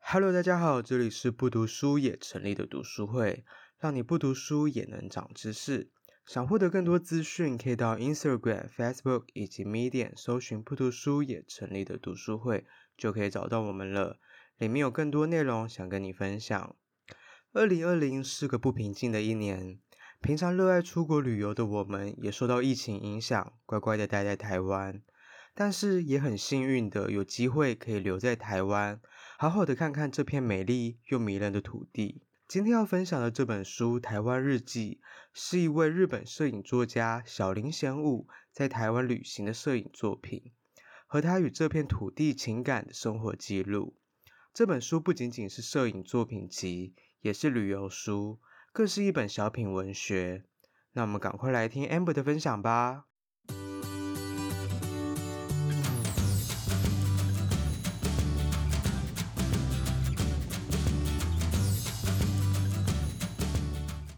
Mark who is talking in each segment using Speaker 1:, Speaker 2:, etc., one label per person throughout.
Speaker 1: Hello，大家好，这里是不读书也成立的读书会，让你不读书也能长知识。想获得更多资讯，可以到 Instagram、Facebook 以及 Medium 搜寻“不读书也成立的读书会”，就可以找到我们了。里面有更多内容想跟你分享。二零二零是个不平静的一年，平常热爱出国旅游的我们，也受到疫情影响，乖乖的待在台湾。但是也很幸运的有机会可以留在台湾，好好的看看这片美丽又迷人的土地。今天要分享的这本书《台湾日记》，是一位日本摄影作家小林贤武在台湾旅行的摄影作品，和他与这片土地情感的生活记录。这本书不仅仅是摄影作品集，也是旅游书，更是一本小品文学。那我们赶快来听 Amber 的分享吧。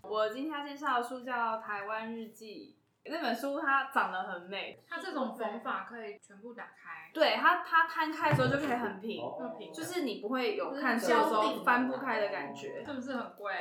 Speaker 2: 我今天要介绍的书叫《台湾日记》，那本书它长得很美，
Speaker 3: 它这种缝法可以全部打开，
Speaker 2: 对它它摊开的时候就可以很平，
Speaker 3: 那平就
Speaker 2: 就
Speaker 3: 是
Speaker 2: 是你不会有看书的时候翻不开的感觉。
Speaker 3: 是不是很贵？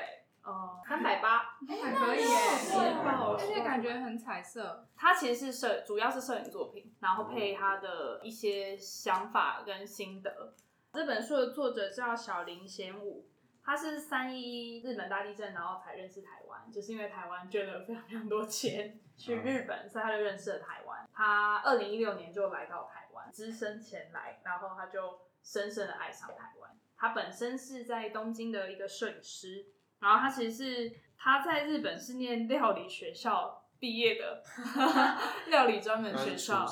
Speaker 2: 哦，三百八，
Speaker 3: 还哎可以
Speaker 2: 对
Speaker 3: 耶，
Speaker 2: 不好
Speaker 3: 而
Speaker 2: 说
Speaker 3: 且感觉很彩色，
Speaker 2: 它其实是摄，主要是摄影作品，然后配他的一些想法跟心得。这本书的作者叫小林贤武，他是三一日本大地震，然后才认识台湾，就是因为台湾捐了非常非常多钱去日本，所以他就认识了台湾。他二零一六年就来到台湾，只身前来，然后他就深深的爱上台湾。他本身是在东京的一个摄影师，然后他其实是他在日本是念料理学校毕业 的，料理专门学校，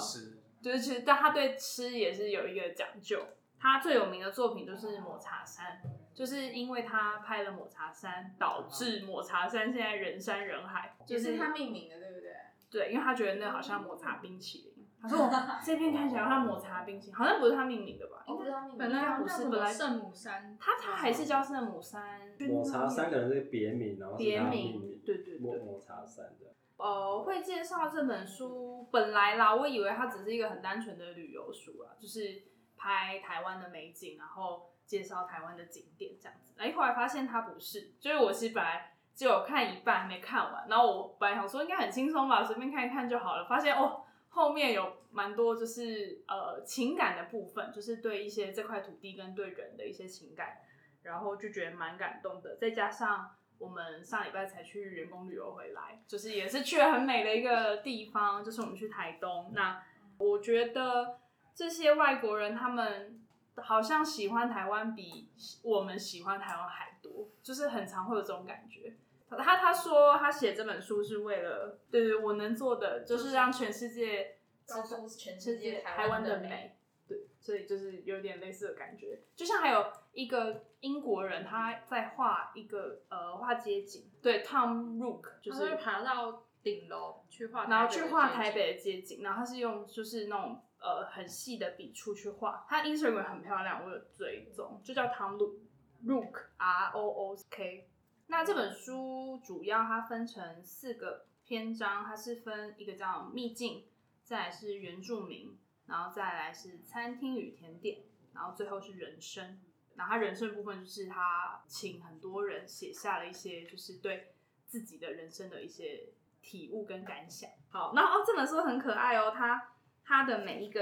Speaker 2: 就是其实但他对吃也是有一个讲究。他最有名的作品就是抹茶山，就是因为他拍了抹茶山，导致抹茶山现在人山人海，就
Speaker 4: 就是是他命名的，对不对？
Speaker 2: 对，因为他觉得那好像抹茶冰淇淋。他说我这边看起来像抹茶冰淇淋，好像不是他命名的吧？
Speaker 4: 我哦不知道命名。
Speaker 2: 本来不是本来
Speaker 3: 圣母山，
Speaker 2: 他他还是叫圣母山
Speaker 5: 抹茶山可能是别名，然后是
Speaker 2: 别
Speaker 5: 它的
Speaker 2: 名，对对
Speaker 5: 抹
Speaker 2: 对。
Speaker 5: 抹茶山的。
Speaker 2: 呃，会介绍这本书，本来啦，我以为它只是一个很单纯的旅游书啊，就是拍台湾的美景，然后介绍台湾的景点这样子。哎，后来发现它不是，就是我其实本来只有看一半还没看完，然后我本来想说应该很轻松吧，随便看一看就好了，发现哦。后面有蛮多就是呃情感的部分，就是对一些这块土地跟对人的一些情感，然后就觉得蛮感动的。再加上我们上礼拜才去员工旅游回来，就是也是去了很美的一个地方，就是我们去台东。那我觉得这些外国人他们好像喜欢台湾比我们喜欢台湾还多，就是很常会有这种感觉。他他说他写这本书是为了，对对，我能做的就是让全世界知
Speaker 4: 告
Speaker 2: 道
Speaker 4: 诉全
Speaker 2: 世
Speaker 4: 世
Speaker 2: 界
Speaker 4: 界
Speaker 2: 台
Speaker 4: 台
Speaker 2: 湾
Speaker 4: 湾
Speaker 2: 的
Speaker 4: 的
Speaker 2: 美
Speaker 4: 美。
Speaker 2: 对，所以就是有点类似的感觉，就像还有一个英国人，他在画一个呃画街景，对，Tom Rook，就
Speaker 3: 就是
Speaker 4: 哦
Speaker 3: 是爬到顶楼去画，
Speaker 2: 然后去画台，北的街景，然后他是用就是那种呃很细的笔触去画，他 Instagram 很漂亮，我有追踪，就叫 Tom Rook Rook R O O K。那这本书主要它分成四个篇章，它是分一个叫秘境，再来是原住民，然后再来是餐厅与甜点，然后最后是人生。然后他人生的部分就是他请很多人写下了一些就是对自己的人生的一些体悟跟感想。好，然后哦这本书很可爱哦，它它的每一个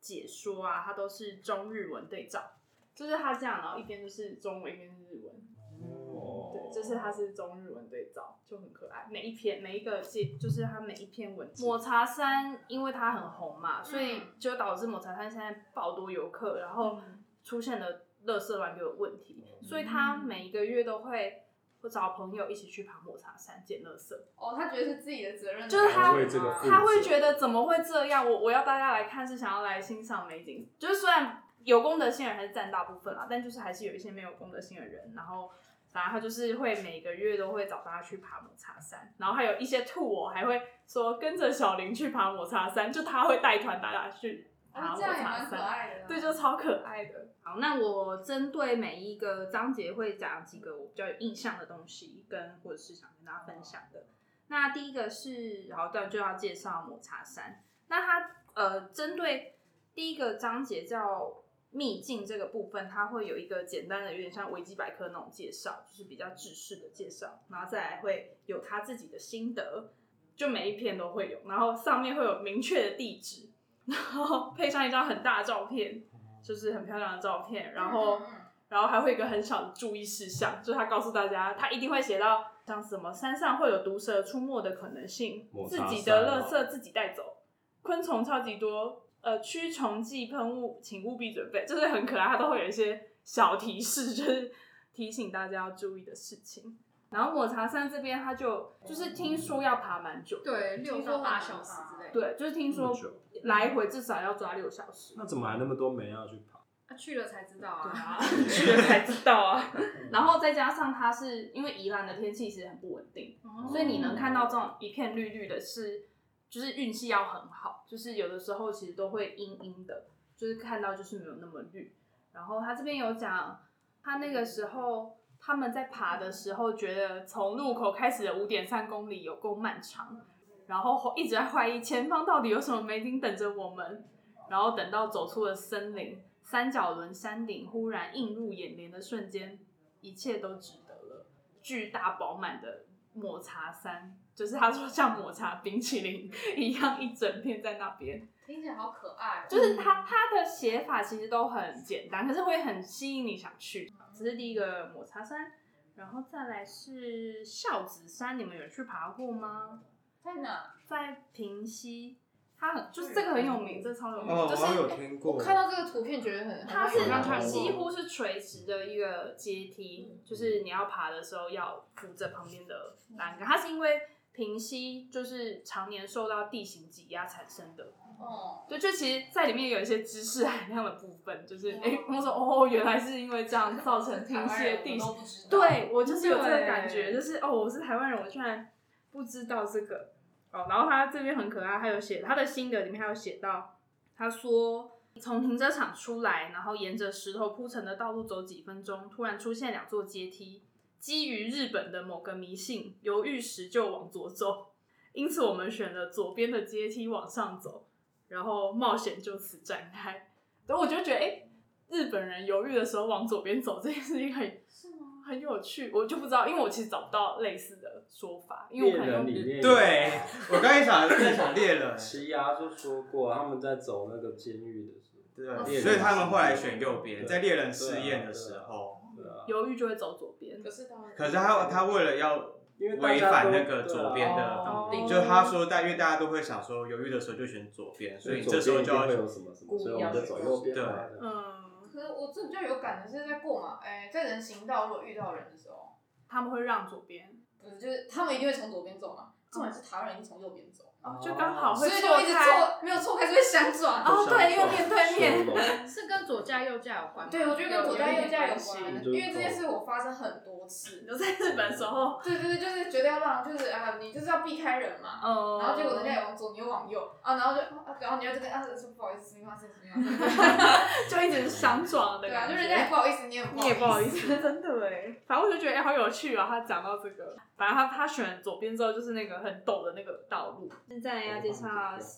Speaker 2: 解说啊，它都是中日文对照，就是它这样，然后一边就是中文，一边是日文。对，就是它是中日文对照，就很可爱。每一篇每一个季，就是它每一篇文字。嗯抹茶山，因为它很红嘛，所以就导致抹茶山现在爆多游客，然后
Speaker 4: 嗯
Speaker 2: 出现了垃圾乱丢的问题，所以他每一个月都会找朋友一起去爬抹茶山捡垃圾。
Speaker 4: 哦，他觉得是自己的责任，
Speaker 2: 就是他
Speaker 5: 为这个负责
Speaker 2: 他会觉得怎么会这样？我我要大家来看是想要来欣赏美景，就是虽然有功德心的人还是占大部分啦，但就是还是有一些没有功德心的人。然后反正他就是会每个月都会找大家去爬抹茶山，然后还有一些兔我还会说跟着小林去爬抹茶山，就他会带团大家去爬
Speaker 4: 哦，
Speaker 2: 抹
Speaker 4: 这样也
Speaker 2: 茶
Speaker 4: 蛮可
Speaker 2: 山。
Speaker 4: 爱的啊。
Speaker 2: 对，就超可爱的。好，那我针对每一个章节会讲几个我比较有印象的东西，跟或者是想跟大家分享的。那第一个是，然后对，就要介绍抹茶山。那它呃，针对第一个章节叫秘境这个部分，它会有一个简单的，有点像维基百科那种介绍，就是比较制式的介绍，然后再来会有他自己的心得，就每一篇都会有，然后上面会有明确的地址，然后配上一张很大的照片，就是很漂亮的照片，然后。然后还会有一个很小的注意事项，就是他告诉大家，他一定会写到像什么山上会有毒蛇出没的可能性
Speaker 5: 抹，
Speaker 2: 自
Speaker 5: 茶
Speaker 2: 己
Speaker 5: 山
Speaker 2: 的
Speaker 5: 哦
Speaker 2: 垃圾自己带走，昆虫超级多，呃，驱虫剂喷雾请务必准备，就是很可爱，它都会有一些小提示， 就是提醒大家要注意的事情。然后抹茶山这边，他就就是听说要爬蛮久，
Speaker 6: 对，六到八小时之类。，
Speaker 2: 对，就是听说
Speaker 5: 那么久
Speaker 2: 来回至少要抓六小时。
Speaker 5: 那怎么还那么多煤要去跑？
Speaker 6: 啊去了才知道
Speaker 2: 对
Speaker 6: 啊
Speaker 2: 啊。，去了才知道啊。 然后再加上它是因为宜兰的天气其实很不稳定，
Speaker 6: 哦
Speaker 2: 所以你能看到这种一片绿绿的是，就是运气要很好，就是有的时候其实都会阴阴的，就是看到就是没有那么绿。然后他这边有讲，他那个时候他们在爬的时候，觉得从路口开始的五点三公里有够漫长，然后一直在怀疑前方到底有什么美景等着我们。然后等到走出了森林，三角轮山顶忽然映入眼帘的瞬间，一切都值得了。巨大饱满的抹茶山，就是他说像抹茶冰淇淋一样，一整片在那边。
Speaker 4: 听起来好可爱哦，
Speaker 2: 就是它它的写法其实都很简单，可是会很吸引你想去。这是第一个抹茶山，然后再来是孝子山，你们有去爬过吗？
Speaker 4: 在哪？
Speaker 2: 在平溪，它很就是这个很有名，这超有名，
Speaker 7: 哦，
Speaker 2: 就
Speaker 7: 我
Speaker 2: 是
Speaker 7: 有听过
Speaker 4: 我，看到这个图片觉得很，
Speaker 2: 它
Speaker 4: 很有
Speaker 5: 看
Speaker 2: 是
Speaker 5: 过
Speaker 2: 几乎是垂直的一个阶梯，就是你要爬的时候要扶着旁边的栏杆。它是因为平溪就是常年受到地形挤压产生的，
Speaker 4: 哦，
Speaker 2: 就就其实，在里面有一些知识含量的部分，就是哎、诶我说哦，原来是因为这样造成平
Speaker 4: 台湾
Speaker 2: 息的
Speaker 4: 人
Speaker 2: 地
Speaker 4: 我都
Speaker 2: 形。
Speaker 4: 不知道，
Speaker 2: 对我就是有这个感觉，
Speaker 6: 对
Speaker 2: 就是哦，我是台湾人，我居然不知道这个哦。然后他这边很可爱，他有写他的心得里面还有写到，他说从停车场出来，然后沿着石头铺成的道路走几分钟，突然出现两座阶梯。基于日本的某个迷信，犹豫时就往左走，因此我们选了左边的阶梯往上走。然后冒险就此展开。然后我就觉得，哎、日本人犹豫的时候往左边走这件事情很
Speaker 4: 是吗？
Speaker 2: 很有趣，我就不知道，因为我其实找不到类似的说法，因为
Speaker 5: 猎
Speaker 2: 我可
Speaker 5: 人
Speaker 2: 能
Speaker 5: 里
Speaker 2: 用
Speaker 5: 面
Speaker 7: 对我刚才想在想猎人，
Speaker 5: 奇牙就说过，他们在走那个监狱的时
Speaker 2: 哦
Speaker 5: 候，
Speaker 7: 对，所以他们后来选右边，在猎人试验的时候，
Speaker 5: 啊对啊，
Speaker 2: 犹豫就会走左边
Speaker 4: 可。是他们
Speaker 7: 可是他他为了要
Speaker 5: 因为大
Speaker 7: 违
Speaker 5: 家
Speaker 7: 反
Speaker 5: 都啊
Speaker 7: 那个左边的，
Speaker 2: 哦
Speaker 4: 哦
Speaker 7: 就他说，但因为大家都会想说犹豫的时候就选左边，所以这时候就
Speaker 5: 左
Speaker 7: 要
Speaker 5: 边一定会有什么什么，所以我们就走右边嘛。
Speaker 2: 嗯，
Speaker 4: 可是我这比较有感的是在过马，哎，在人行道如果遇到人的时候，
Speaker 2: 他们会让左边，
Speaker 4: 不是就是他们一定会从左边走嘛，重点是台湾人一定从右边走，
Speaker 2: 哦，就刚好
Speaker 4: 所
Speaker 2: 会
Speaker 4: 以就
Speaker 2: 错
Speaker 4: 一直
Speaker 2: 开。
Speaker 4: 错，没有错开就会相撞。
Speaker 2: 哦对因为面对面
Speaker 5: 面，
Speaker 6: 是跟左架右架有关吗。
Speaker 4: 对，我觉得跟左家右家有关，
Speaker 5: 有
Speaker 4: 因
Speaker 5: 点
Speaker 4: 为这件事我发生很多次。
Speaker 2: 就在日本的时候，
Speaker 4: 对对对，就是觉得要让，就是啊，你就是要避开人嘛。
Speaker 2: 嗯，
Speaker 4: 然后结果人家也往左，你又往右啊，然后就，啊然后你又这边啊，说不好意思，没关系，没关系。
Speaker 2: 嗯就一直相撞的
Speaker 4: 对啊，
Speaker 2: 感
Speaker 4: 就
Speaker 2: 觉，
Speaker 4: 人家也不好意思，你也不
Speaker 2: 你也不好
Speaker 4: 好
Speaker 2: 意。思，真的哎。反正我就觉得哎、好有趣啊！他讲到这个，反正他他选左边之后就是那个很陡的那个道路。现在要介绍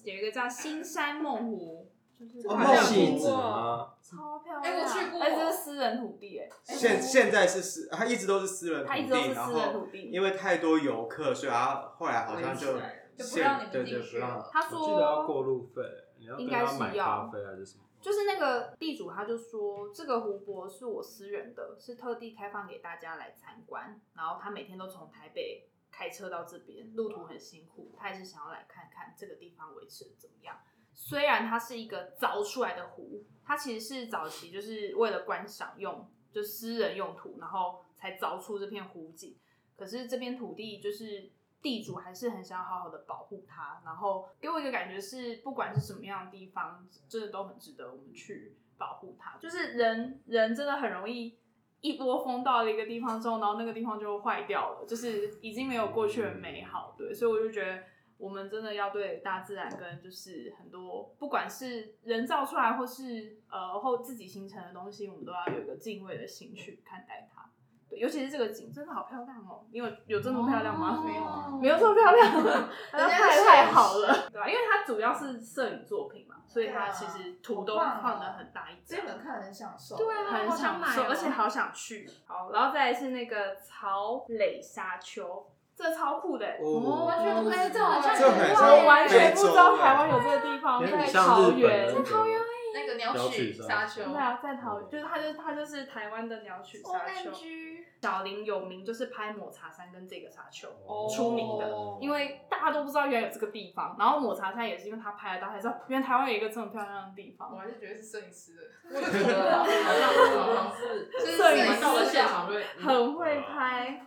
Speaker 2: 有一个叫新山梦湖，就是
Speaker 5: 哦
Speaker 2: 好像有
Speaker 5: 戏
Speaker 2: 听
Speaker 5: 子
Speaker 2: 过
Speaker 5: 吗？
Speaker 2: 超漂亮。
Speaker 4: 哎我去过
Speaker 2: 哎，这是私人土地哎、
Speaker 7: 现现在是私，他一直都是私人土
Speaker 2: 它一直都
Speaker 7: 地，
Speaker 2: 是
Speaker 7: 然
Speaker 2: 私人
Speaker 7: 后
Speaker 2: 土地。
Speaker 5: 哎
Speaker 7: 因为太多游客，所以他后来好像就
Speaker 4: 就不
Speaker 7: 限
Speaker 4: 让你
Speaker 7: 对
Speaker 4: 们
Speaker 7: 对
Speaker 4: 进
Speaker 7: 不
Speaker 4: 去
Speaker 7: 让，
Speaker 4: 了。
Speaker 2: 他
Speaker 5: 我记得要
Speaker 2: 说，
Speaker 5: 过路费，你要跟
Speaker 2: 应该
Speaker 5: 他
Speaker 2: 是
Speaker 5: 买
Speaker 2: 要
Speaker 5: 咖啡还是什么？
Speaker 2: 就是那个地主他就说，这个湖泊是我私人的，是特地开放给大家来参观。然后他每天都从台北开车到这边，路途很辛苦，他也是想要来看看这个地方维持的怎么样。虽然它是一个凿出来的湖，它其实是早期就是为了观赏用，就私人用途，然后才凿出这片湖景。可是这片土地就是地主还是很想好好的保护它，然后给我一个感觉是，不管是什么样的地方，真的都很值得我们去保护它。就是人人真的很容易一窝蜂到了一个地方之后，然后那个地方就坏掉了，就是已经没有过去的美好。对，所以我就觉得。我们真的要对大自然跟就是很多，不管是人造出来或是呃后自己形成的东西，我们都要有一个敬畏的心去看待它。对，尤其是这个景真的好漂亮哦！你有哦有这么漂亮吗？
Speaker 4: 没有啊
Speaker 2: 没有这么漂亮，它啊
Speaker 4: 人家
Speaker 2: 太
Speaker 4: 是摄
Speaker 2: 太
Speaker 4: 影
Speaker 2: 啊好了，对吧、因为它主要是摄影作品嘛，所以它其实图都
Speaker 4: 对啊好棒哦
Speaker 2: 放的很大一
Speaker 4: 这
Speaker 2: 张。
Speaker 4: 本看得很享受。
Speaker 6: 对啊
Speaker 2: 很
Speaker 6: 好想
Speaker 2: 享
Speaker 6: 买
Speaker 2: 受，
Speaker 6: 哦
Speaker 2: 而且好想去。好，然后再来是那个草垒沙丘，这超酷的欸、
Speaker 4: 我完
Speaker 5: 哦，
Speaker 4: 全不知道，好像
Speaker 5: 这很像
Speaker 2: 我完全不知道
Speaker 5: 非洲欸
Speaker 2: 台湾有这个地方，
Speaker 5: 有
Speaker 2: 在
Speaker 5: 点像
Speaker 2: 桃
Speaker 5: 日本的
Speaker 2: 园
Speaker 5: 那。个
Speaker 4: 那个鸟取沙丘
Speaker 2: 对啊，在桃园，就是它就它就是台湾的鸟
Speaker 4: 哦
Speaker 2: 取沙丘。
Speaker 4: ，OMG，
Speaker 2: 小林有名就是拍抹茶山跟这个沙丘，
Speaker 5: 哦
Speaker 2: 出名的因 为大家都不知道原来有这个地方。然后抹茶山也是因为他拍了，大家才知道原来台湾有一个这么漂亮的地
Speaker 4: 我
Speaker 8: 嗯
Speaker 2: 方。
Speaker 4: 还是觉得是摄影师的，
Speaker 6: 我也觉得
Speaker 7: 啊
Speaker 6: 好像好像是，就是
Speaker 2: 摄影
Speaker 6: 你
Speaker 2: 师
Speaker 6: 们到了现场就会
Speaker 2: 很会拍。
Speaker 8: 嗯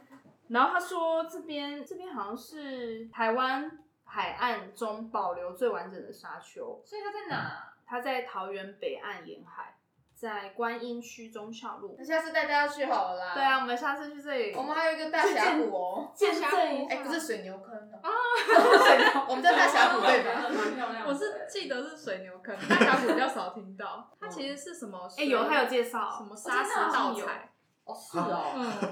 Speaker 2: 然后他说这边这边好像是台湾海岸中保留最完整的沙丘，
Speaker 4: 所以他在哪？
Speaker 2: 它在桃园北岸沿海，在观音区忠孝路
Speaker 4: 那。下次带大家去好了啦。
Speaker 2: 对啊，，我们下次去这里
Speaker 4: 我们还有一个大峡谷哦，
Speaker 2: 见啊证一
Speaker 4: 哎，
Speaker 2: 下
Speaker 4: 不。是水牛坑哦，水牛， 我们叫大峡谷对吧？
Speaker 6: 蛮漂亮的
Speaker 8: 我是记得是水牛坑，大峡谷比较少听 到。它其实是什么
Speaker 2: 哦哎、
Speaker 8: 水？
Speaker 2: 有他有介绍
Speaker 8: 什么沙石道彩，
Speaker 4: 哦，是哦，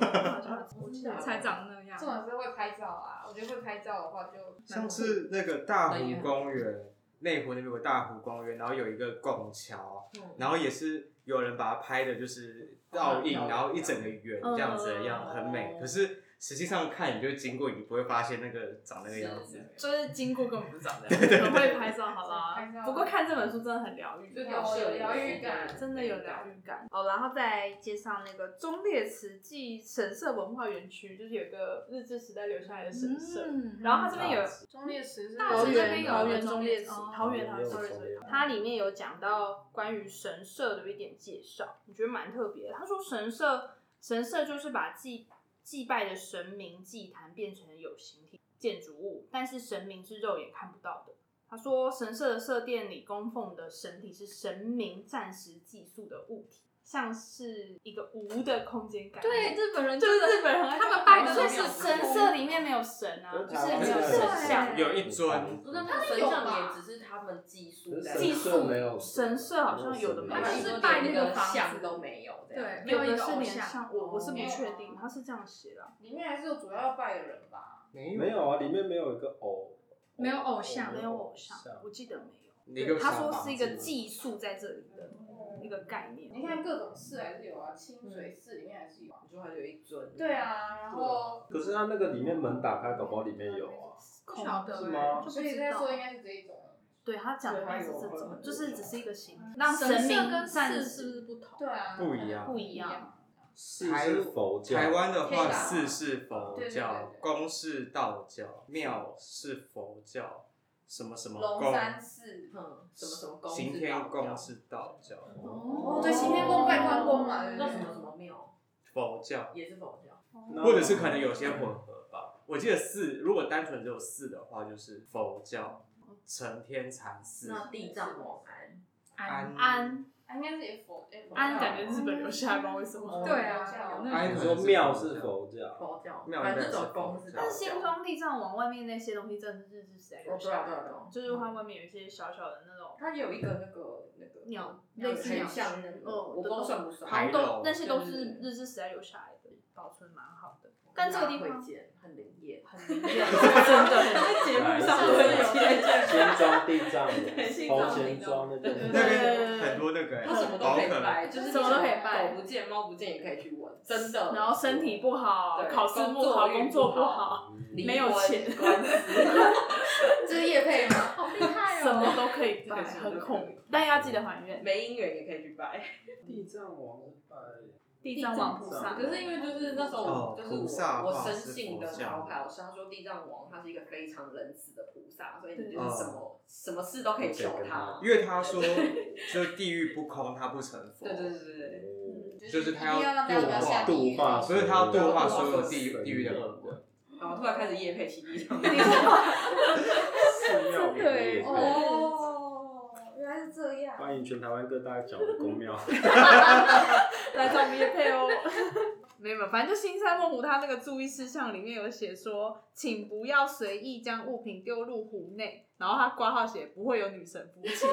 Speaker 7: 啊
Speaker 8: 嗯，才长那
Speaker 4: 这
Speaker 8: 样。
Speaker 4: 种是会拍照啊，我觉得会拍照的话就
Speaker 7: 像是那个大湖公园，内湖那边有个大湖公园，然后有一个拱桥，然后也是有人把它拍的，就是倒影，
Speaker 5: 嗯
Speaker 7: 然后一整个圆这样子的样子，
Speaker 6: 嗯
Speaker 7: 很美。可是实际上看，你就经过，你不会发现那个长那个样子。
Speaker 2: 就是经过根本不知道的，很会拍照，好
Speaker 4: 拍
Speaker 2: 啦
Speaker 4: 照。
Speaker 2: 不过看这本书真的很疗愈，
Speaker 6: 就
Speaker 4: 有有疗愈感
Speaker 2: 真的有疗愈感。哦，然后再介绍那个忠烈祠暨神社文化园区，就是有个日治时代留下来的神社。
Speaker 8: 嗯
Speaker 2: 然后它这边有
Speaker 4: 中烈石是
Speaker 6: 大
Speaker 2: 桃
Speaker 6: 石这边
Speaker 2: 园
Speaker 6: 有
Speaker 2: 桃
Speaker 6: 个
Speaker 2: 园
Speaker 6: 忠
Speaker 2: 忠
Speaker 6: 烈
Speaker 2: 烈祠
Speaker 6: 祠，
Speaker 2: 桃园
Speaker 5: 哦
Speaker 2: 桃园
Speaker 5: 有
Speaker 2: ，sorry
Speaker 5: 忠
Speaker 2: sorry，
Speaker 5: 烈
Speaker 2: 它里面有讲到关于神社的一点介绍，我觉得蛮特别的。他说神社神社就是把祭祭拜的神明祭坛变成有形体建筑物，但是神明是肉眼看不到的。他说，神社的社殿里供奉的神体是神明暂时寄宿的物体，像是一个无的空间感。
Speaker 8: 对，日本人
Speaker 2: 就
Speaker 8: 真
Speaker 2: 是
Speaker 8: 的
Speaker 2: 日本人很爱
Speaker 8: 他们
Speaker 2: 看
Speaker 8: 拜的
Speaker 2: 所
Speaker 8: 都
Speaker 2: 以
Speaker 8: 没有
Speaker 2: 是神社里面没有神啊，就是没有神像。
Speaker 7: 有一尊
Speaker 6: 不是，那神像也只是他们寄宿在
Speaker 2: 寄
Speaker 5: 神社
Speaker 2: 宿
Speaker 5: 没有
Speaker 2: 神社好像有的没
Speaker 6: 他
Speaker 2: 有，
Speaker 6: 们是
Speaker 8: 有
Speaker 6: 拜那
Speaker 8: 那
Speaker 6: 个
Speaker 8: 个房
Speaker 6: 像
Speaker 8: 子
Speaker 6: 都没有的，
Speaker 8: 对
Speaker 2: 有的是
Speaker 8: 偶
Speaker 2: 连
Speaker 8: 像
Speaker 2: 像，我我是不
Speaker 4: 没有
Speaker 2: 确
Speaker 4: 吗
Speaker 2: 定，他是这样写的。
Speaker 4: 里面还是有主要拜的人吧？
Speaker 7: 没
Speaker 5: 没有啊，里面没有一个偶，
Speaker 8: 没有偶像
Speaker 2: 没有偶像，我记得没有。
Speaker 7: 一个
Speaker 2: 他
Speaker 7: 小
Speaker 2: 说
Speaker 7: 房
Speaker 2: 是一个
Speaker 7: 子
Speaker 2: 寄宿在这里的一个概念。
Speaker 4: 你看各种寺还是有啊，清水
Speaker 2: 嗯
Speaker 4: 寺里面还是有啊。
Speaker 6: 你说还有一尊，
Speaker 4: 对，啊，然后
Speaker 5: 可是它那个里面门打开，搞不好里面有啊。
Speaker 8: 不晓得
Speaker 5: 是吗
Speaker 8: 欸
Speaker 4: 所以在说应该是这一种啊了。
Speaker 2: 对他讲的话是这
Speaker 6: 对还
Speaker 2: 种
Speaker 6: 有，
Speaker 2: 就是只是一个形体，让
Speaker 8: 神
Speaker 2: 神
Speaker 8: 社
Speaker 2: 明
Speaker 8: 跟
Speaker 2: 暂
Speaker 8: 寺
Speaker 2: 时
Speaker 8: 是不是不同？
Speaker 4: 对啊，
Speaker 7: 不一样
Speaker 2: 不一样。
Speaker 5: 是是佛教，
Speaker 7: 台湾的
Speaker 4: 天
Speaker 7: 话，
Speaker 4: 主教
Speaker 7: 寺是佛
Speaker 4: 对对对
Speaker 7: 教
Speaker 4: 对，
Speaker 7: 宫是道教，庙是佛教，什么什么
Speaker 4: 龙
Speaker 7: 宫，
Speaker 4: 山寺，
Speaker 6: 嗯，什么什么宫，
Speaker 7: 行天宫是道教，
Speaker 4: 哦对行天宫拜关公嘛对不对
Speaker 6: 那什么什么庙
Speaker 7: 佛教，
Speaker 6: 也是佛教，
Speaker 7: 或
Speaker 5: 哦
Speaker 7: 者是可能有些混合吧。我记得寺，如果单纯只有寺的话，就是佛教、承天禅寺、
Speaker 6: 哦那地藏王安，
Speaker 7: 安
Speaker 2: 安
Speaker 4: 啊应该是也佛，也佛
Speaker 2: 安感觉日本留下来，不知道为什么。
Speaker 8: 对啊，有那
Speaker 7: 哎
Speaker 6: 哦
Speaker 8: 个
Speaker 5: 你说庙是佛教，
Speaker 6: 佛教，
Speaker 7: 庙
Speaker 6: 反
Speaker 7: 应该
Speaker 6: 正
Speaker 7: 是
Speaker 6: 这种宫是道教，
Speaker 2: 但是新庄地藏王外面那些东西，真的是日治时代留
Speaker 6: 哦，对
Speaker 2: 下
Speaker 6: 啊
Speaker 2: 来
Speaker 6: 对
Speaker 2: 的，
Speaker 6: 啊对啊，
Speaker 2: 就是它外面有一些小小的那种
Speaker 6: 它有一个那个那个
Speaker 2: 鸟，
Speaker 6: 类
Speaker 2: 类
Speaker 6: 似
Speaker 2: 似鸟
Speaker 6: 鸟嗯
Speaker 2: 哦
Speaker 6: 像那个，我宫算不算？
Speaker 2: 好像
Speaker 7: 牌
Speaker 2: 都
Speaker 7: 楼
Speaker 2: 那些都
Speaker 6: 对
Speaker 2: 是
Speaker 6: 对对
Speaker 2: 日治时代留下来的，保存蛮好的。但这个地方
Speaker 6: 很灵验，很灵验，真 的在节目上会有在讲。
Speaker 5: 先装地藏
Speaker 6: 对，新
Speaker 5: 头
Speaker 6: 庄
Speaker 5: 前装那
Speaker 6: 对
Speaker 5: 个
Speaker 6: 对
Speaker 7: 那
Speaker 6: 对
Speaker 7: 边很多那个欸
Speaker 6: 他什么都可以
Speaker 7: 宝可
Speaker 6: 拜，就是
Speaker 2: 什么都可以拜
Speaker 6: 狗不见猫不见也可以去闻，真的。
Speaker 2: 然后身体不好，
Speaker 6: 对
Speaker 2: 考试不好，
Speaker 6: 工
Speaker 2: 工作
Speaker 6: 作
Speaker 2: 不
Speaker 6: 运不好
Speaker 2: 好，
Speaker 6: 离
Speaker 5: 嗯
Speaker 2: 没有
Speaker 6: 婚
Speaker 2: 钱
Speaker 6: 官司，
Speaker 4: 这是叶配吗？
Speaker 8: 好厉害
Speaker 2: 什么！都可以拜，
Speaker 6: 对什么都可
Speaker 2: 很
Speaker 6: 以
Speaker 2: 恐怖，但要记得还愿。
Speaker 6: 没姻缘也可以去拜。
Speaker 5: 地藏王拜
Speaker 2: 地藏王菩萨，
Speaker 6: 可是因为就是那时候
Speaker 7: 哦
Speaker 6: 就是
Speaker 7: 菩萨
Speaker 6: 我我
Speaker 7: 化
Speaker 6: 深
Speaker 7: 是
Speaker 6: 信的
Speaker 7: 佛教
Speaker 6: 塔罗牌老师，他说地藏王他是一个非常仁慈的菩萨，所以你就是什
Speaker 7: 哦
Speaker 6: 么什么事都可以求他。
Speaker 7: 因为他说，就地狱不空，他不成佛。
Speaker 6: 对对对对对，
Speaker 7: 就是他要
Speaker 4: 一定让大家不要下地狱
Speaker 5: 度化，
Speaker 7: 所以他要度化所有地狱地狱的恶 鬼。
Speaker 6: 然后突然开始夜配洗地藏。
Speaker 5: 寺庙
Speaker 2: 真的欸
Speaker 5: 也可以
Speaker 4: 哦，原来是这样。
Speaker 5: 欢迎全台湾各大小的宫庙。
Speaker 2: 来找我们叶配哦。没有没有，反正就新山梦湖它那个注意事项里面有写说，请不要随意将物品丢入湖内，然后它挂号写不会有女神浮 起，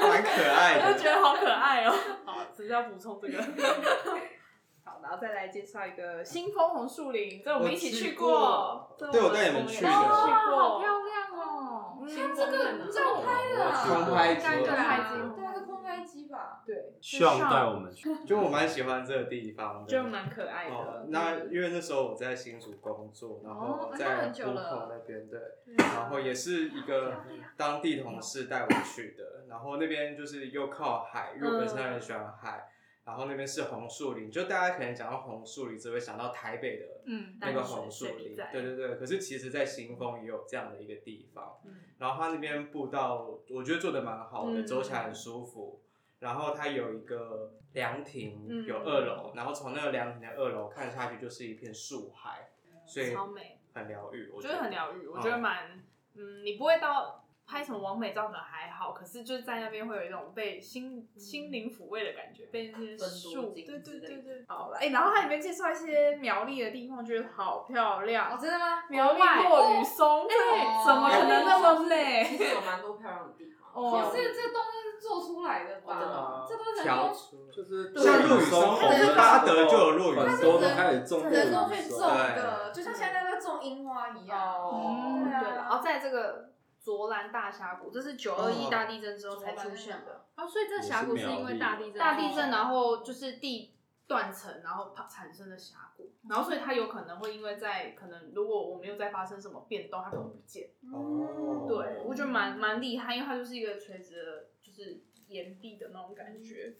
Speaker 7: 蛮可爱
Speaker 2: 我
Speaker 7: 的
Speaker 2: 就。觉得好可爱哦。 好，只是要补充这个。 好，然后再来介绍一个新枫红树林，这我们一起去过，
Speaker 7: 我去过对我带你们去的
Speaker 2: 我们一起去过，
Speaker 8: 亮哦！
Speaker 2: 嗯
Speaker 4: 天这个照
Speaker 2: 照
Speaker 4: 拍 的啊，
Speaker 5: 空拍机
Speaker 2: 干
Speaker 4: 对
Speaker 2: 个拍
Speaker 4: 啊
Speaker 2: 机，
Speaker 4: 对啊，是空拍机吧？
Speaker 2: 对，
Speaker 5: 希望带我们去。
Speaker 7: 就我蛮喜欢这个地方的，
Speaker 2: 就蛮可爱的。嗯
Speaker 7: 哦，那因为那时候我在新竹工作，然
Speaker 8: 哦
Speaker 7: 后
Speaker 8: 那
Speaker 7: 在
Speaker 8: 很久
Speaker 7: 波
Speaker 8: 了
Speaker 7: 口那边对，然后也是一个当地同事带我去的，然后那边就是又靠海，因为我本身很喜欢海，然后那边是红树林，就大家可能讲到红树林只会想到台北的
Speaker 2: 嗯，
Speaker 7: 那个红树
Speaker 2: 水
Speaker 7: 林，
Speaker 2: 在，
Speaker 7: 对对对。可是其实，在新丰也有这样的一个地方，
Speaker 2: 嗯
Speaker 7: 然后它那边步道，我觉得做的蛮好的，
Speaker 2: 嗯
Speaker 7: 走起来很舒服。然后它有一个凉亭，
Speaker 2: 嗯
Speaker 7: 有二楼，然后从那个凉亭的二楼看下去就是一片树海，所以
Speaker 2: 超美，
Speaker 7: 很疗愈，我
Speaker 2: 我
Speaker 7: 觉
Speaker 2: 觉
Speaker 7: 得
Speaker 2: 得很疗愈，我觉得蛮，嗯，你不会到拍什么完美照可能还好，可是就是在那边会有一种被心心灵抚慰的感觉，被那些
Speaker 6: 嗯分
Speaker 2: 树，
Speaker 6: 多
Speaker 2: 对
Speaker 6: 金
Speaker 2: 对对
Speaker 6: 之类
Speaker 2: 对
Speaker 6: 的
Speaker 2: 对，好了，哎，然后它里面介绍一些苗栗的地方，觉得好漂
Speaker 4: 哦，
Speaker 2: 亮，
Speaker 4: 真的吗？
Speaker 2: 苗栗
Speaker 6: ，Oh
Speaker 2: 落雨松，
Speaker 4: 哦
Speaker 6: 哎
Speaker 2: 对，怎么可能那么美？
Speaker 6: 其实有蛮多漂亮的地方。
Speaker 2: 哦
Speaker 4: 可是这东西是做出来的
Speaker 6: 哦真的
Speaker 4: 吧
Speaker 6: 吗？
Speaker 4: 这都是人
Speaker 7: 调
Speaker 4: 工
Speaker 7: 出
Speaker 5: 就是
Speaker 7: 像陆羽松
Speaker 5: 红
Speaker 4: 那个
Speaker 7: 巴德就有陆羽松
Speaker 5: 很多都开始种
Speaker 4: 人
Speaker 5: 陆
Speaker 4: 工
Speaker 5: 羽
Speaker 4: 去种
Speaker 5: 松，
Speaker 4: 的，就像现在在种樱花一样。
Speaker 6: 哦
Speaker 2: 嗯
Speaker 4: 对啊
Speaker 2: 对了，哦，在这个卓兰大峡谷，这是九二一大地震之后才出现的。
Speaker 8: 哦，所以这峡谷是因为大地震，
Speaker 2: 大地震，然后就是地断层，然后它产生的峡谷，然后所以它有可能会因为在可能如果我们又再发生什么变动，它可能不见。
Speaker 7: 哦
Speaker 2: 对，我觉得蛮蛮厉害，因为它就是一个垂直的，就是岩壁的那种感觉，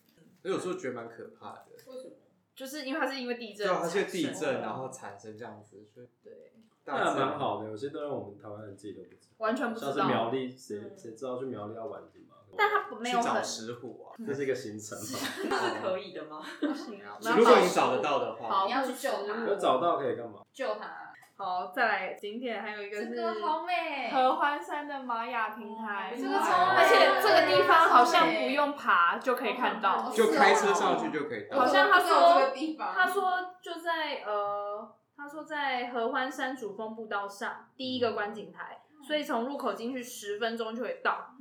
Speaker 7: 我有时候觉得蛮可怕的，
Speaker 6: 为什么？
Speaker 2: 就是因为它是因为地
Speaker 7: 对
Speaker 2: 震产
Speaker 7: 啊，它
Speaker 2: 生
Speaker 7: 是
Speaker 2: 的，
Speaker 7: 地震然后产生这样子，所以
Speaker 2: 对，
Speaker 7: 大
Speaker 5: 那还
Speaker 7: 自然
Speaker 5: 蛮好的。有些东西我们台湾人自己都不知道，
Speaker 2: 完全不知
Speaker 5: 像
Speaker 2: 道。
Speaker 5: 是苗栗，谁
Speaker 6: 嗯
Speaker 5: 谁知道去苗栗要玩什么？
Speaker 2: 但它没有
Speaker 7: 去找
Speaker 2: 很
Speaker 7: 石虎啊，
Speaker 5: 这是一个行程嘛，
Speaker 6: 那是可以的吗？
Speaker 2: 不行啊，我们
Speaker 7: 如果
Speaker 2: 保
Speaker 7: 你找得
Speaker 2: 护
Speaker 7: 到的话
Speaker 2: 保，
Speaker 4: 你要
Speaker 2: 护
Speaker 4: 去救它
Speaker 2: 食物
Speaker 5: 有找到可以干嘛？
Speaker 4: 救它，
Speaker 2: 好，再来景点还有一个
Speaker 4: 这
Speaker 2: 是
Speaker 4: 个好美，
Speaker 2: 合欢山的玛雅平台，
Speaker 6: 哦
Speaker 4: 这个超美
Speaker 2: 而且这个地方好像不用爬就可以看到。
Speaker 4: 哦
Speaker 7: 就开
Speaker 4: 是
Speaker 7: 车
Speaker 4: 哦哦
Speaker 7: 上去就可以到。
Speaker 2: 好像他说
Speaker 4: 我不知道这个地方，
Speaker 2: 他说就在呃，他说在合欢山主峰步道上第一个观景台，
Speaker 4: 嗯
Speaker 2: 所以从入口进去十分钟就会到。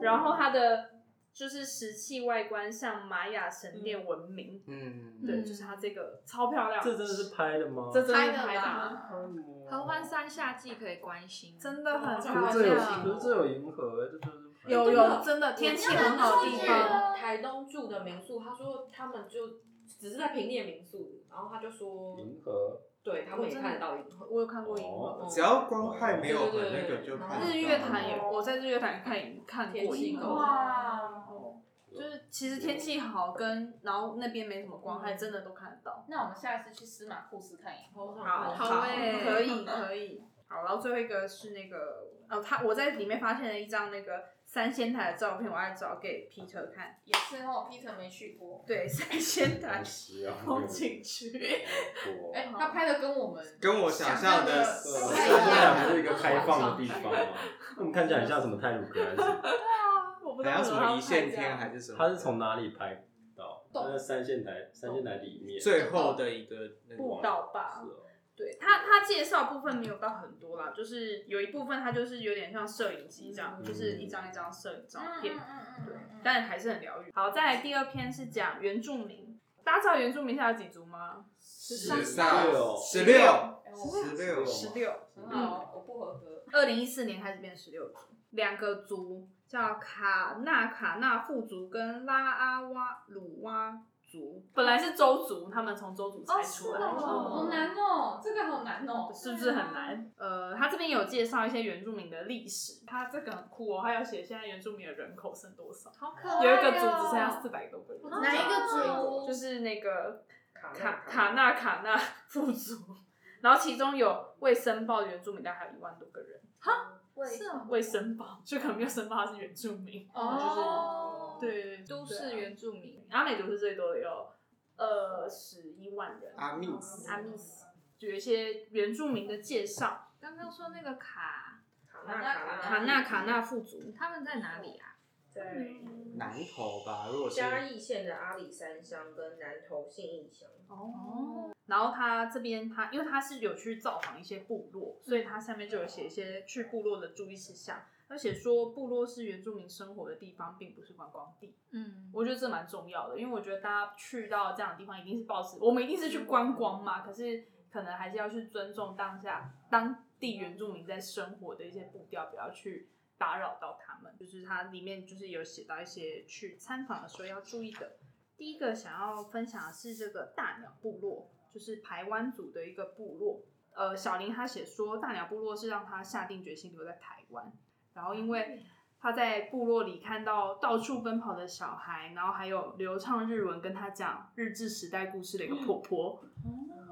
Speaker 2: 然后它的就是石器外观像玛雅神殿闻名，
Speaker 7: 嗯，
Speaker 2: 对，
Speaker 8: 嗯
Speaker 2: 就是它这个超漂亮。
Speaker 5: 这真的是拍的吗？
Speaker 2: 这真的是
Speaker 8: 拍的
Speaker 2: 拍的
Speaker 8: 啦
Speaker 5: 合
Speaker 8: 合欢山夏季可以观星，
Speaker 2: 真的很漂
Speaker 5: 可是这有，可
Speaker 2: 亮。
Speaker 5: 是这有银河，哎这就是拍的
Speaker 2: 有有真的天气很好的地
Speaker 6: 我那
Speaker 2: 方，
Speaker 6: 个台东住的民宿，他说他们就只是在平地的民宿，然后他就说，
Speaker 5: 银河，
Speaker 6: 对他们也看得到银河。
Speaker 2: 我有看过银河。
Speaker 7: 只要光害没有
Speaker 6: 对
Speaker 7: 很
Speaker 6: 对
Speaker 7: 那
Speaker 6: 对
Speaker 7: 个就看得到。
Speaker 2: 日月潭也，我在日月潭看看
Speaker 6: 天
Speaker 2: 过
Speaker 6: 气
Speaker 2: 一个，
Speaker 6: 狗
Speaker 4: 哇，哦
Speaker 2: 就是其实天气好跟然后那边没什么
Speaker 8: 嗯
Speaker 2: 光害，真的都看得到。
Speaker 4: 那我们下一次去司马库斯看一看。
Speaker 6: 好
Speaker 8: 好欸
Speaker 2: 可以可以。好，然后最后一个是那个，哦，他我在里面发现了一张那个三仙台的照片，我还找给 Peter 看。
Speaker 4: 也是哦，Peter 没去过，
Speaker 2: 对，三仙台
Speaker 5: 好实啊
Speaker 2: 风景区。
Speaker 5: 好
Speaker 4: 哎、
Speaker 5: 多
Speaker 4: 他拍的跟我们
Speaker 7: 跟我想象的
Speaker 5: 对
Speaker 4: 想象
Speaker 5: 啊，所
Speaker 4: 的太一
Speaker 5: 以现在
Speaker 4: 样
Speaker 5: 还
Speaker 4: 了
Speaker 5: 不是一个开放的地方吗？我们看起来很像什么泰鲁格还是？
Speaker 2: 啊我不
Speaker 7: 好
Speaker 2: 知道为
Speaker 7: 像什
Speaker 2: 什么
Speaker 7: 么
Speaker 2: 他
Speaker 7: 一
Speaker 2: 要拍
Speaker 7: 线
Speaker 2: 这样
Speaker 7: 天还是什么？
Speaker 5: 它是从哪里拍到？它在三线台，三线台里面。
Speaker 7: 最后的一个那个
Speaker 2: 步道吧
Speaker 5: 是？哦
Speaker 2: 对他，他介绍部分没有到很多啦，就是有一部分他就是有点像摄影机这样，
Speaker 6: 嗯
Speaker 2: 就是一张一张摄影照
Speaker 4: 嗯
Speaker 2: 片，
Speaker 4: 嗯
Speaker 2: 对
Speaker 4: 嗯，嗯
Speaker 2: 但还是很疗愈。好，再来第二篇是讲原住民，大家知道原住民现在有几族吗？
Speaker 7: 十
Speaker 5: 三
Speaker 7: 三、
Speaker 5: 十
Speaker 7: 十六、
Speaker 4: 哎我
Speaker 7: 十六、
Speaker 5: 十
Speaker 2: 十六，
Speaker 4: 很好，我不合格。
Speaker 2: 二零一四年开始变十六族，两个族叫卡纳卡纳富族跟拉阿哇鲁哇族，本来是周族，他们从周族拆出来的。
Speaker 4: 哦好
Speaker 2: 嗯
Speaker 4: 难哦，这个好难哦，
Speaker 2: 是不是很难？呃，他这边有介绍一些原住民的历史，他这个很酷哦，他有写现在原住民的人口剩多少，
Speaker 8: 好可
Speaker 4: 哦
Speaker 2: 有一个族只剩下四百多个人，
Speaker 4: 哪一个
Speaker 2: 哦
Speaker 4: 族
Speaker 2: 就是那个
Speaker 6: 卡
Speaker 2: 卡卡纳卡纳 富族，然后其中有未申报的原住民，大概还有一万多个人，
Speaker 8: 是哦，
Speaker 2: 未申报就可能没有申报他是原住民，
Speaker 4: 哦，
Speaker 2: 对对对，啊
Speaker 8: 都市原住民，
Speaker 2: 阿美族是最多的，有二十一万人，
Speaker 7: 阿密斯。
Speaker 2: 阿密斯，就有一些原住民的介绍，
Speaker 8: 刚刚说那个卡，
Speaker 6: 卡纳
Speaker 2: 卡纳卡纳富族。
Speaker 8: 他们在哪里啊？
Speaker 6: 对，
Speaker 7: 南投吧，如果是
Speaker 6: 嘉义县的阿里山乡跟南投信义乡，
Speaker 2: 哦，然后他这边他因为他是有去造访一些部落，所以他下面就有写一些去部落的注意事项，而且说部落是原住民生活的地方，并不是观光地。
Speaker 8: 嗯，
Speaker 2: 我觉得这蛮重要的，因为我觉得大家去到这样的地方，一定是抱持我们一定是去观光嘛，可是可能还是要去尊重当下当地原住民在生活的一些步调，不要去打扰到他们。就是它里面就是有写到一些去参访的时候要注意的。第一个想要分享的是这个大鸟部落，就是排湾族的一个部落。呃，小林他写说，大鸟部落是让他下定决心留在台湾，然后因为他在部落里看到到处奔跑的小孩，然后还有流畅日文跟他讲日治时代故事的一个婆婆，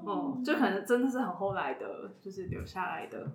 Speaker 2: 哦，就可能真的是很后来的，就是留下来的。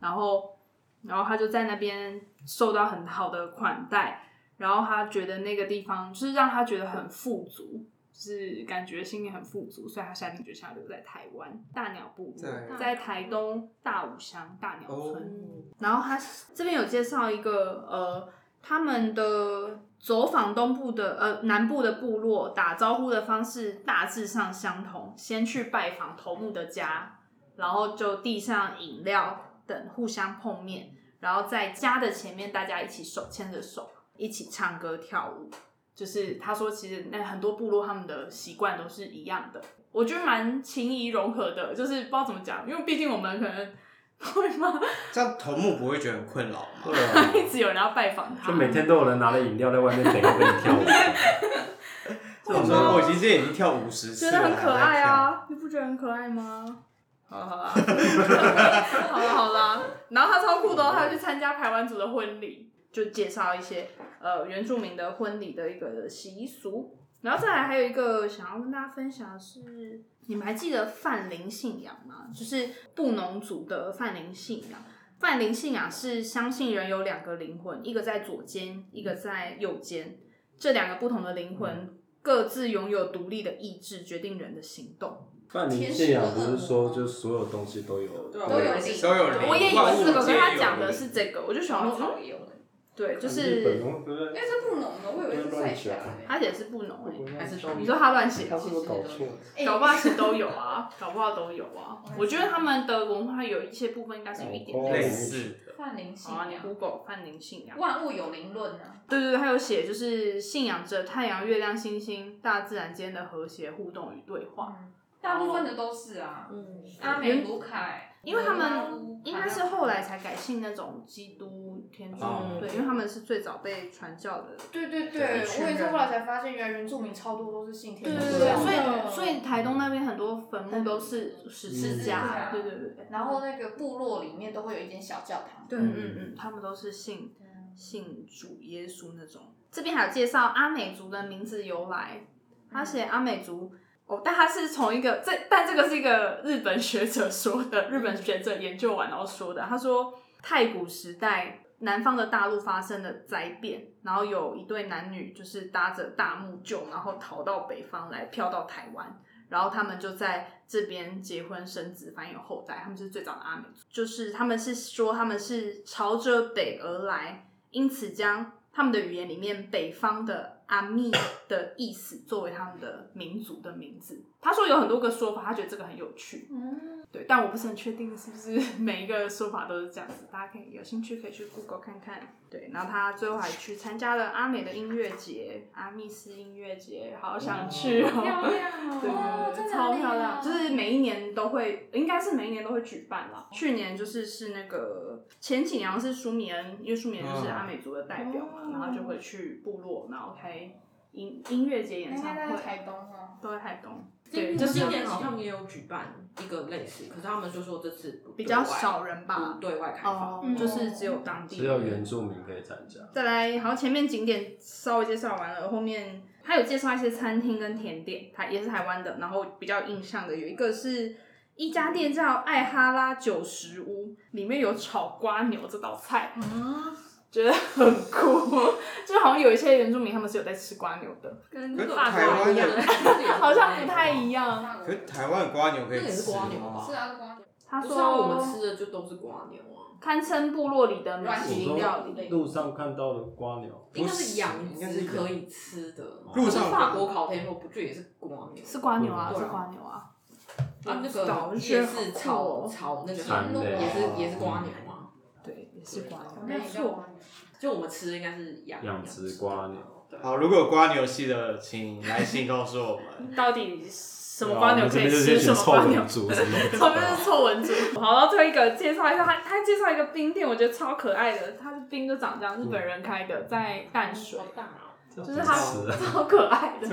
Speaker 2: 然后，然后他就在那边受到很好的款待，然后他觉得那个地方就是让他觉得很富足，就是感觉心里很富足，所以他下定决心要留在台湾大鸟部
Speaker 7: 在
Speaker 2: 落，在台东大武乡大鸟村。
Speaker 7: 哦，
Speaker 2: 然后他这边有介绍一个呃，他们的走访东部的呃南部的部落，打招呼的方式大致上相同，先去拜访头目的家，然后就递上饮料等互相碰面，然后在家的前面大家一起手牵着手，一起唱歌跳舞。就是他说，其实那很多部落他们的习惯都是一样的，我觉得蛮情谊融合的，就是不知道怎么讲，因为毕竟我们可能会吗？
Speaker 7: 这样头目不会觉得很困扰吗？
Speaker 5: 对啊
Speaker 2: 他一直有人要拜访他，
Speaker 5: 就每天都有人拿着饮料在外面等着跟你跳舞。
Speaker 7: 这种说我已经今天已经跳五十次
Speaker 2: 觉
Speaker 7: 了，
Speaker 2: 得很可
Speaker 7: 还在
Speaker 2: 爱
Speaker 7: 跳。
Speaker 2: 啊，你不觉得很可爱吗？好了好啊了， 好了好了，然后他超酷的、哦，他有去参加台湾族的婚礼，就介绍一些呃原住民的婚礼的一个习俗，然后再来还有一个想要跟大家分享的是，你们还记得泛灵信仰吗？就是布农族的泛灵信仰。泛灵信仰是相信人有两个灵魂，一个在左肩，一个在右肩，这两个不同的灵魂各自拥有独立的意志，决定人的行动。
Speaker 5: 泛灵信仰不是说就所有东西都有
Speaker 6: 对啊
Speaker 4: 都有
Speaker 6: 灵
Speaker 7: 都有灵
Speaker 2: 哎我也以
Speaker 7: 万
Speaker 2: 为
Speaker 7: 物
Speaker 2: 这个，可
Speaker 7: 皆
Speaker 2: 是他
Speaker 7: 有
Speaker 2: 讲的
Speaker 7: 灵
Speaker 2: 是这个，我就想
Speaker 6: 小
Speaker 2: 说，
Speaker 6: 草
Speaker 2: 嗯，
Speaker 6: 也有的，
Speaker 2: 对，就
Speaker 5: 日本
Speaker 2: 是
Speaker 5: 东对不
Speaker 4: 因
Speaker 5: 对
Speaker 4: 为这不浓的，我以为是晒起来的。
Speaker 2: 他写的是布农欸
Speaker 5: 会不会
Speaker 6: 还是都
Speaker 2: 你说他乱写
Speaker 5: 他是不是搞
Speaker 6: 其实
Speaker 5: 错
Speaker 6: 都？
Speaker 4: 哎
Speaker 2: 搞不好其实都有啊，搞不好都有啊。我觉得他们的文化有一些部分应该是有一点
Speaker 5: 哦
Speaker 7: 类
Speaker 2: 类似。
Speaker 7: 似的。
Speaker 4: 泛灵
Speaker 2: 好啊，你 Google 泛灵信仰。
Speaker 4: 万物有灵论啊。
Speaker 2: 对对对，他有写就是信仰着太阳、月亮、星星、大自然间的和谐互动与对话。
Speaker 4: 大部分的都是啊，
Speaker 6: 嗯，
Speaker 4: 阿美、卢凯，
Speaker 2: 因为他
Speaker 4: 罗拉乌
Speaker 2: 们应该是后来才改信那种基督天主，
Speaker 5: 哦
Speaker 2: 对，因为他们是最早被传教的。
Speaker 4: 对对对，
Speaker 2: 对一群
Speaker 4: 我也是
Speaker 2: 人
Speaker 4: 后来才发现，原来原住民超多都是信天嗯
Speaker 2: 对
Speaker 4: 主
Speaker 2: 对
Speaker 4: 教
Speaker 2: 对，
Speaker 4: 的
Speaker 2: 所以所以台东那边很多坟墓都是十
Speaker 5: 十
Speaker 2: 字
Speaker 5: 字
Speaker 2: 架，
Speaker 4: 架
Speaker 2: 对对对对。
Speaker 4: 然后那个部落里面都会有一间小教堂。
Speaker 2: 对，嗯嗯嗯，他们都是信信主耶稣那种。这边还有介绍阿美族的名字由来，他写阿美族。哦，但他是从一个这，但这个是一个日本学者说的，日本学者研究完然后说的。他说，太古时代南方的大陆发生了灾变，然后有一对男女就是搭着大木臼，然后逃到北方来，飘到台湾。然后他们就在这边结婚生子，繁衍后代。他们是最早的阿美族，就是他们是说他们是朝着北而来，因此将他们的语言里面北方的阿密的意思作为他们的民族的名字。他说有很多个说法，他觉得这个很有趣。
Speaker 4: 嗯，
Speaker 2: 对，但我不是很确定是不是 每一个说法都是这样子，大家可以有兴趣可以去 Google 看看。对，然后他最后还去参加了阿美的音乐节，阿密斯音乐节，好想去哦，
Speaker 4: 嗯亮
Speaker 2: 对
Speaker 4: 哦
Speaker 2: 对
Speaker 4: 在
Speaker 2: 对，
Speaker 4: 哪
Speaker 2: 超
Speaker 4: 里啊
Speaker 2: 漂亮，就是每一年都会，应该是每一年都会举办啦。去年就是是那个前几年好像是舒米恩，因为舒米恩就是
Speaker 7: 嗯
Speaker 2: 阿美族的代表嘛，
Speaker 4: 哦
Speaker 2: 然后就会去部落，然后开音音乐节演
Speaker 4: 应
Speaker 2: 唱
Speaker 4: 该在台
Speaker 2: 会，
Speaker 4: 东哦。
Speaker 2: 都在台东。对，
Speaker 6: 今
Speaker 2: 就
Speaker 6: 就是今年好像也有举办一个类似，可是他们就说这次不
Speaker 2: 比
Speaker 6: 对
Speaker 2: 较
Speaker 6: 外
Speaker 2: 少人吧
Speaker 6: 不，对外开放。
Speaker 2: 哦
Speaker 4: 嗯，
Speaker 2: 就是只有当地
Speaker 5: 只有原住民可以参加。
Speaker 2: 再来，好，前面景点稍微介绍完了，后面他有介绍一些餐厅跟甜点，台也是台湾的，然后比较印象的有一个是一家店叫艾哈拉九十屋，里面有炒瓜牛这道菜，
Speaker 4: 嗯，
Speaker 2: 觉得很酷， 就好像有一些原住民他们是有在吃瓜牛的，
Speaker 6: 跟
Speaker 7: 可是
Speaker 6: 法
Speaker 7: 台
Speaker 6: 国
Speaker 7: 湾
Speaker 6: 一样，
Speaker 7: 的
Speaker 2: 好像不太一样。
Speaker 4: 那
Speaker 7: 可是台湾的瓜牛可以
Speaker 6: 那也是
Speaker 7: 吃
Speaker 6: 瓜牛
Speaker 7: 吗
Speaker 6: 吧
Speaker 4: 是啊，光
Speaker 2: 他
Speaker 6: 不像我们
Speaker 2: 说
Speaker 6: 吃的就都是瓜牛啊，
Speaker 2: 堪称部落里的美
Speaker 4: 软
Speaker 2: 食
Speaker 4: 体
Speaker 2: 饮料理。
Speaker 4: 类
Speaker 5: 路上看到的瓜牛，
Speaker 6: 应该是养
Speaker 7: 应该是
Speaker 6: 殖
Speaker 7: 羊
Speaker 6: 可以吃的。
Speaker 7: 路
Speaker 6: 可是
Speaker 7: 上
Speaker 6: 法国烤天鹅不就也是瓜牛？
Speaker 2: 是瓜牛啊，
Speaker 6: 对啊
Speaker 2: 是瓜牛啊，
Speaker 6: 啊，那
Speaker 2: 早
Speaker 6: 个
Speaker 2: 就觉
Speaker 6: 夜
Speaker 2: 得好
Speaker 6: 市
Speaker 2: 酷
Speaker 6: 炒
Speaker 2: 哦，
Speaker 6: 炒那个
Speaker 5: 蚕类
Speaker 6: 也是也是瓜牛啊，
Speaker 2: 对，也是瓜牛，
Speaker 4: 那
Speaker 2: 没
Speaker 4: 也叫
Speaker 2: 错。
Speaker 4: 光
Speaker 6: 就我们吃的应该是养
Speaker 5: 养殖瓜牛。
Speaker 6: 对
Speaker 7: 啊好，如果有瓜牛系的，请来信告诉我们。
Speaker 2: 到底什么瓜牛可以吃，什
Speaker 5: 什
Speaker 2: 么瓜牛
Speaker 5: 煮什么东西
Speaker 2: 旁边是臭文竹。好，然后最后一个介绍一下，他他介绍一个冰店，我觉得超可爱的，它的冰就长这样，日本人开的，在淡水，
Speaker 6: 大啊！
Speaker 2: 就是它
Speaker 5: 吃了
Speaker 2: 超可爱的，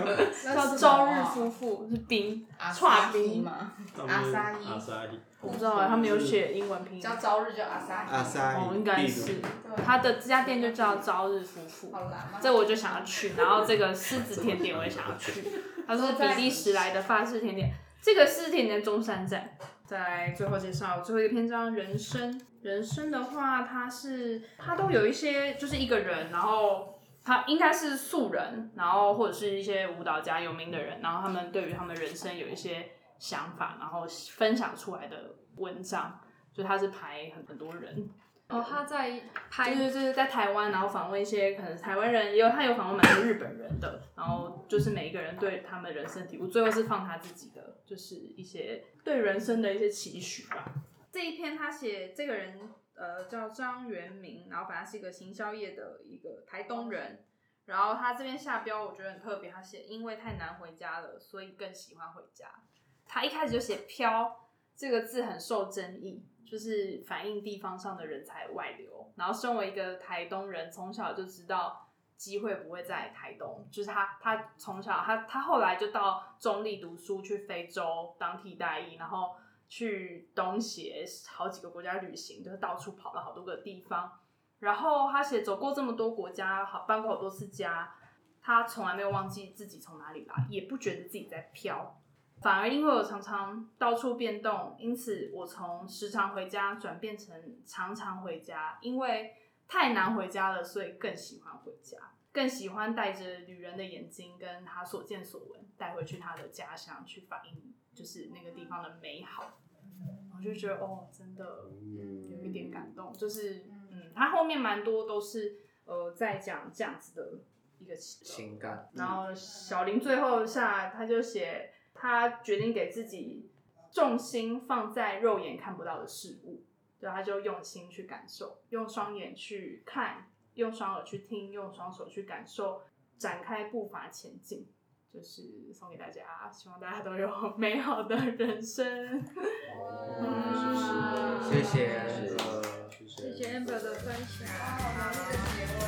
Speaker 4: 那
Speaker 2: 叫
Speaker 4: 是什
Speaker 2: 朝
Speaker 4: 么
Speaker 2: 日
Speaker 4: 啊
Speaker 2: 夫妇是冰，
Speaker 4: 阿
Speaker 2: 串
Speaker 4: 萨
Speaker 2: 冰
Speaker 4: 伊嘛，
Speaker 5: 他们
Speaker 4: 阿萨伊
Speaker 5: 阿萨伊，
Speaker 2: 我不知道啊，他们有写英文拼音，
Speaker 4: 叫朝日叫阿萨伊。
Speaker 7: 阿萨
Speaker 2: 哦，
Speaker 7: 伊
Speaker 2: 应该
Speaker 7: 秘
Speaker 2: 是
Speaker 7: 鲁，
Speaker 2: 他的这家店就叫朝日夫妇。
Speaker 4: 好啦，
Speaker 2: 这我就想要去，然后这个狮子甜点我也想要去。他说比利时来的法式甜点，这个狮子甜点中山站。再来最后介绍最后一个篇章，人生。人生的话，它是它都有一些就是一个人，然后他应该是素人，然后或者是一些舞蹈家有名的人，然后他们对于他们人生有一些想法，然后分享出来的文章，就它是排很很多人。
Speaker 8: 哦，他在
Speaker 2: 就
Speaker 8: 拍
Speaker 2: 是就是在台湾，然后访问一些可能台湾人，也有他有访问蛮多日本人的，然后就是每一个人对他们人生体悟，最后是放他自己的，就是一些对人生的一些期许吧。这一篇他写这个人呃叫张元明，然后反正是一个行销业的一个台东人，然后他这边下标我觉得很特别，他写因为太难回家了，所以更喜欢回家。他一开始就写“飘”这个字很受争议，就是反映地方上的人才外流。然后，身为一个台东人，从小就知道机会不会在台东，就是他他从小他他后来就到中立读书，去非洲当替代役，然后去东协好几个国家旅行，就是到处跑了好多个地方。然后他写走过这么多国家，好搬过好多次家，他从来没有忘记自己从哪里来，也不觉得自己在飘。反而因为我常常到处变动，因此我从时常回家转变成常常回家，因为太难回家了，所以更喜欢回家，更喜欢带着旅人的眼睛跟他所见所闻带回去他的家乡，去反映就是那个地方的美好。我就觉得哦，真的有一点感动，就是嗯，他后面蛮多都是呃在讲这样子的一个
Speaker 7: 情感，
Speaker 2: 然后小林最后下他就写，他决定给自己重心放在肉眼看不到的事物，对，他就用心去感受，用双眼去看，用双耳去听，用双手去感受，展开步伐前进。就是送给大家，希望大家都有 美好的人生。
Speaker 5: 哦谢
Speaker 7: 谢谢
Speaker 5: 谢
Speaker 7: 呃
Speaker 5: 谢
Speaker 8: 谢谢 Amber 的分享。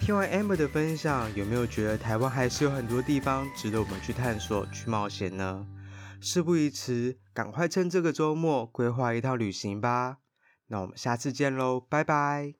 Speaker 7: 听完 Amber 的分享，有没有觉得台湾还是有很多地方值得我们去探索、去冒险呢？事不宜迟，赶快趁这个周末规划一趟旅行吧！那我们下次见喽，拜拜。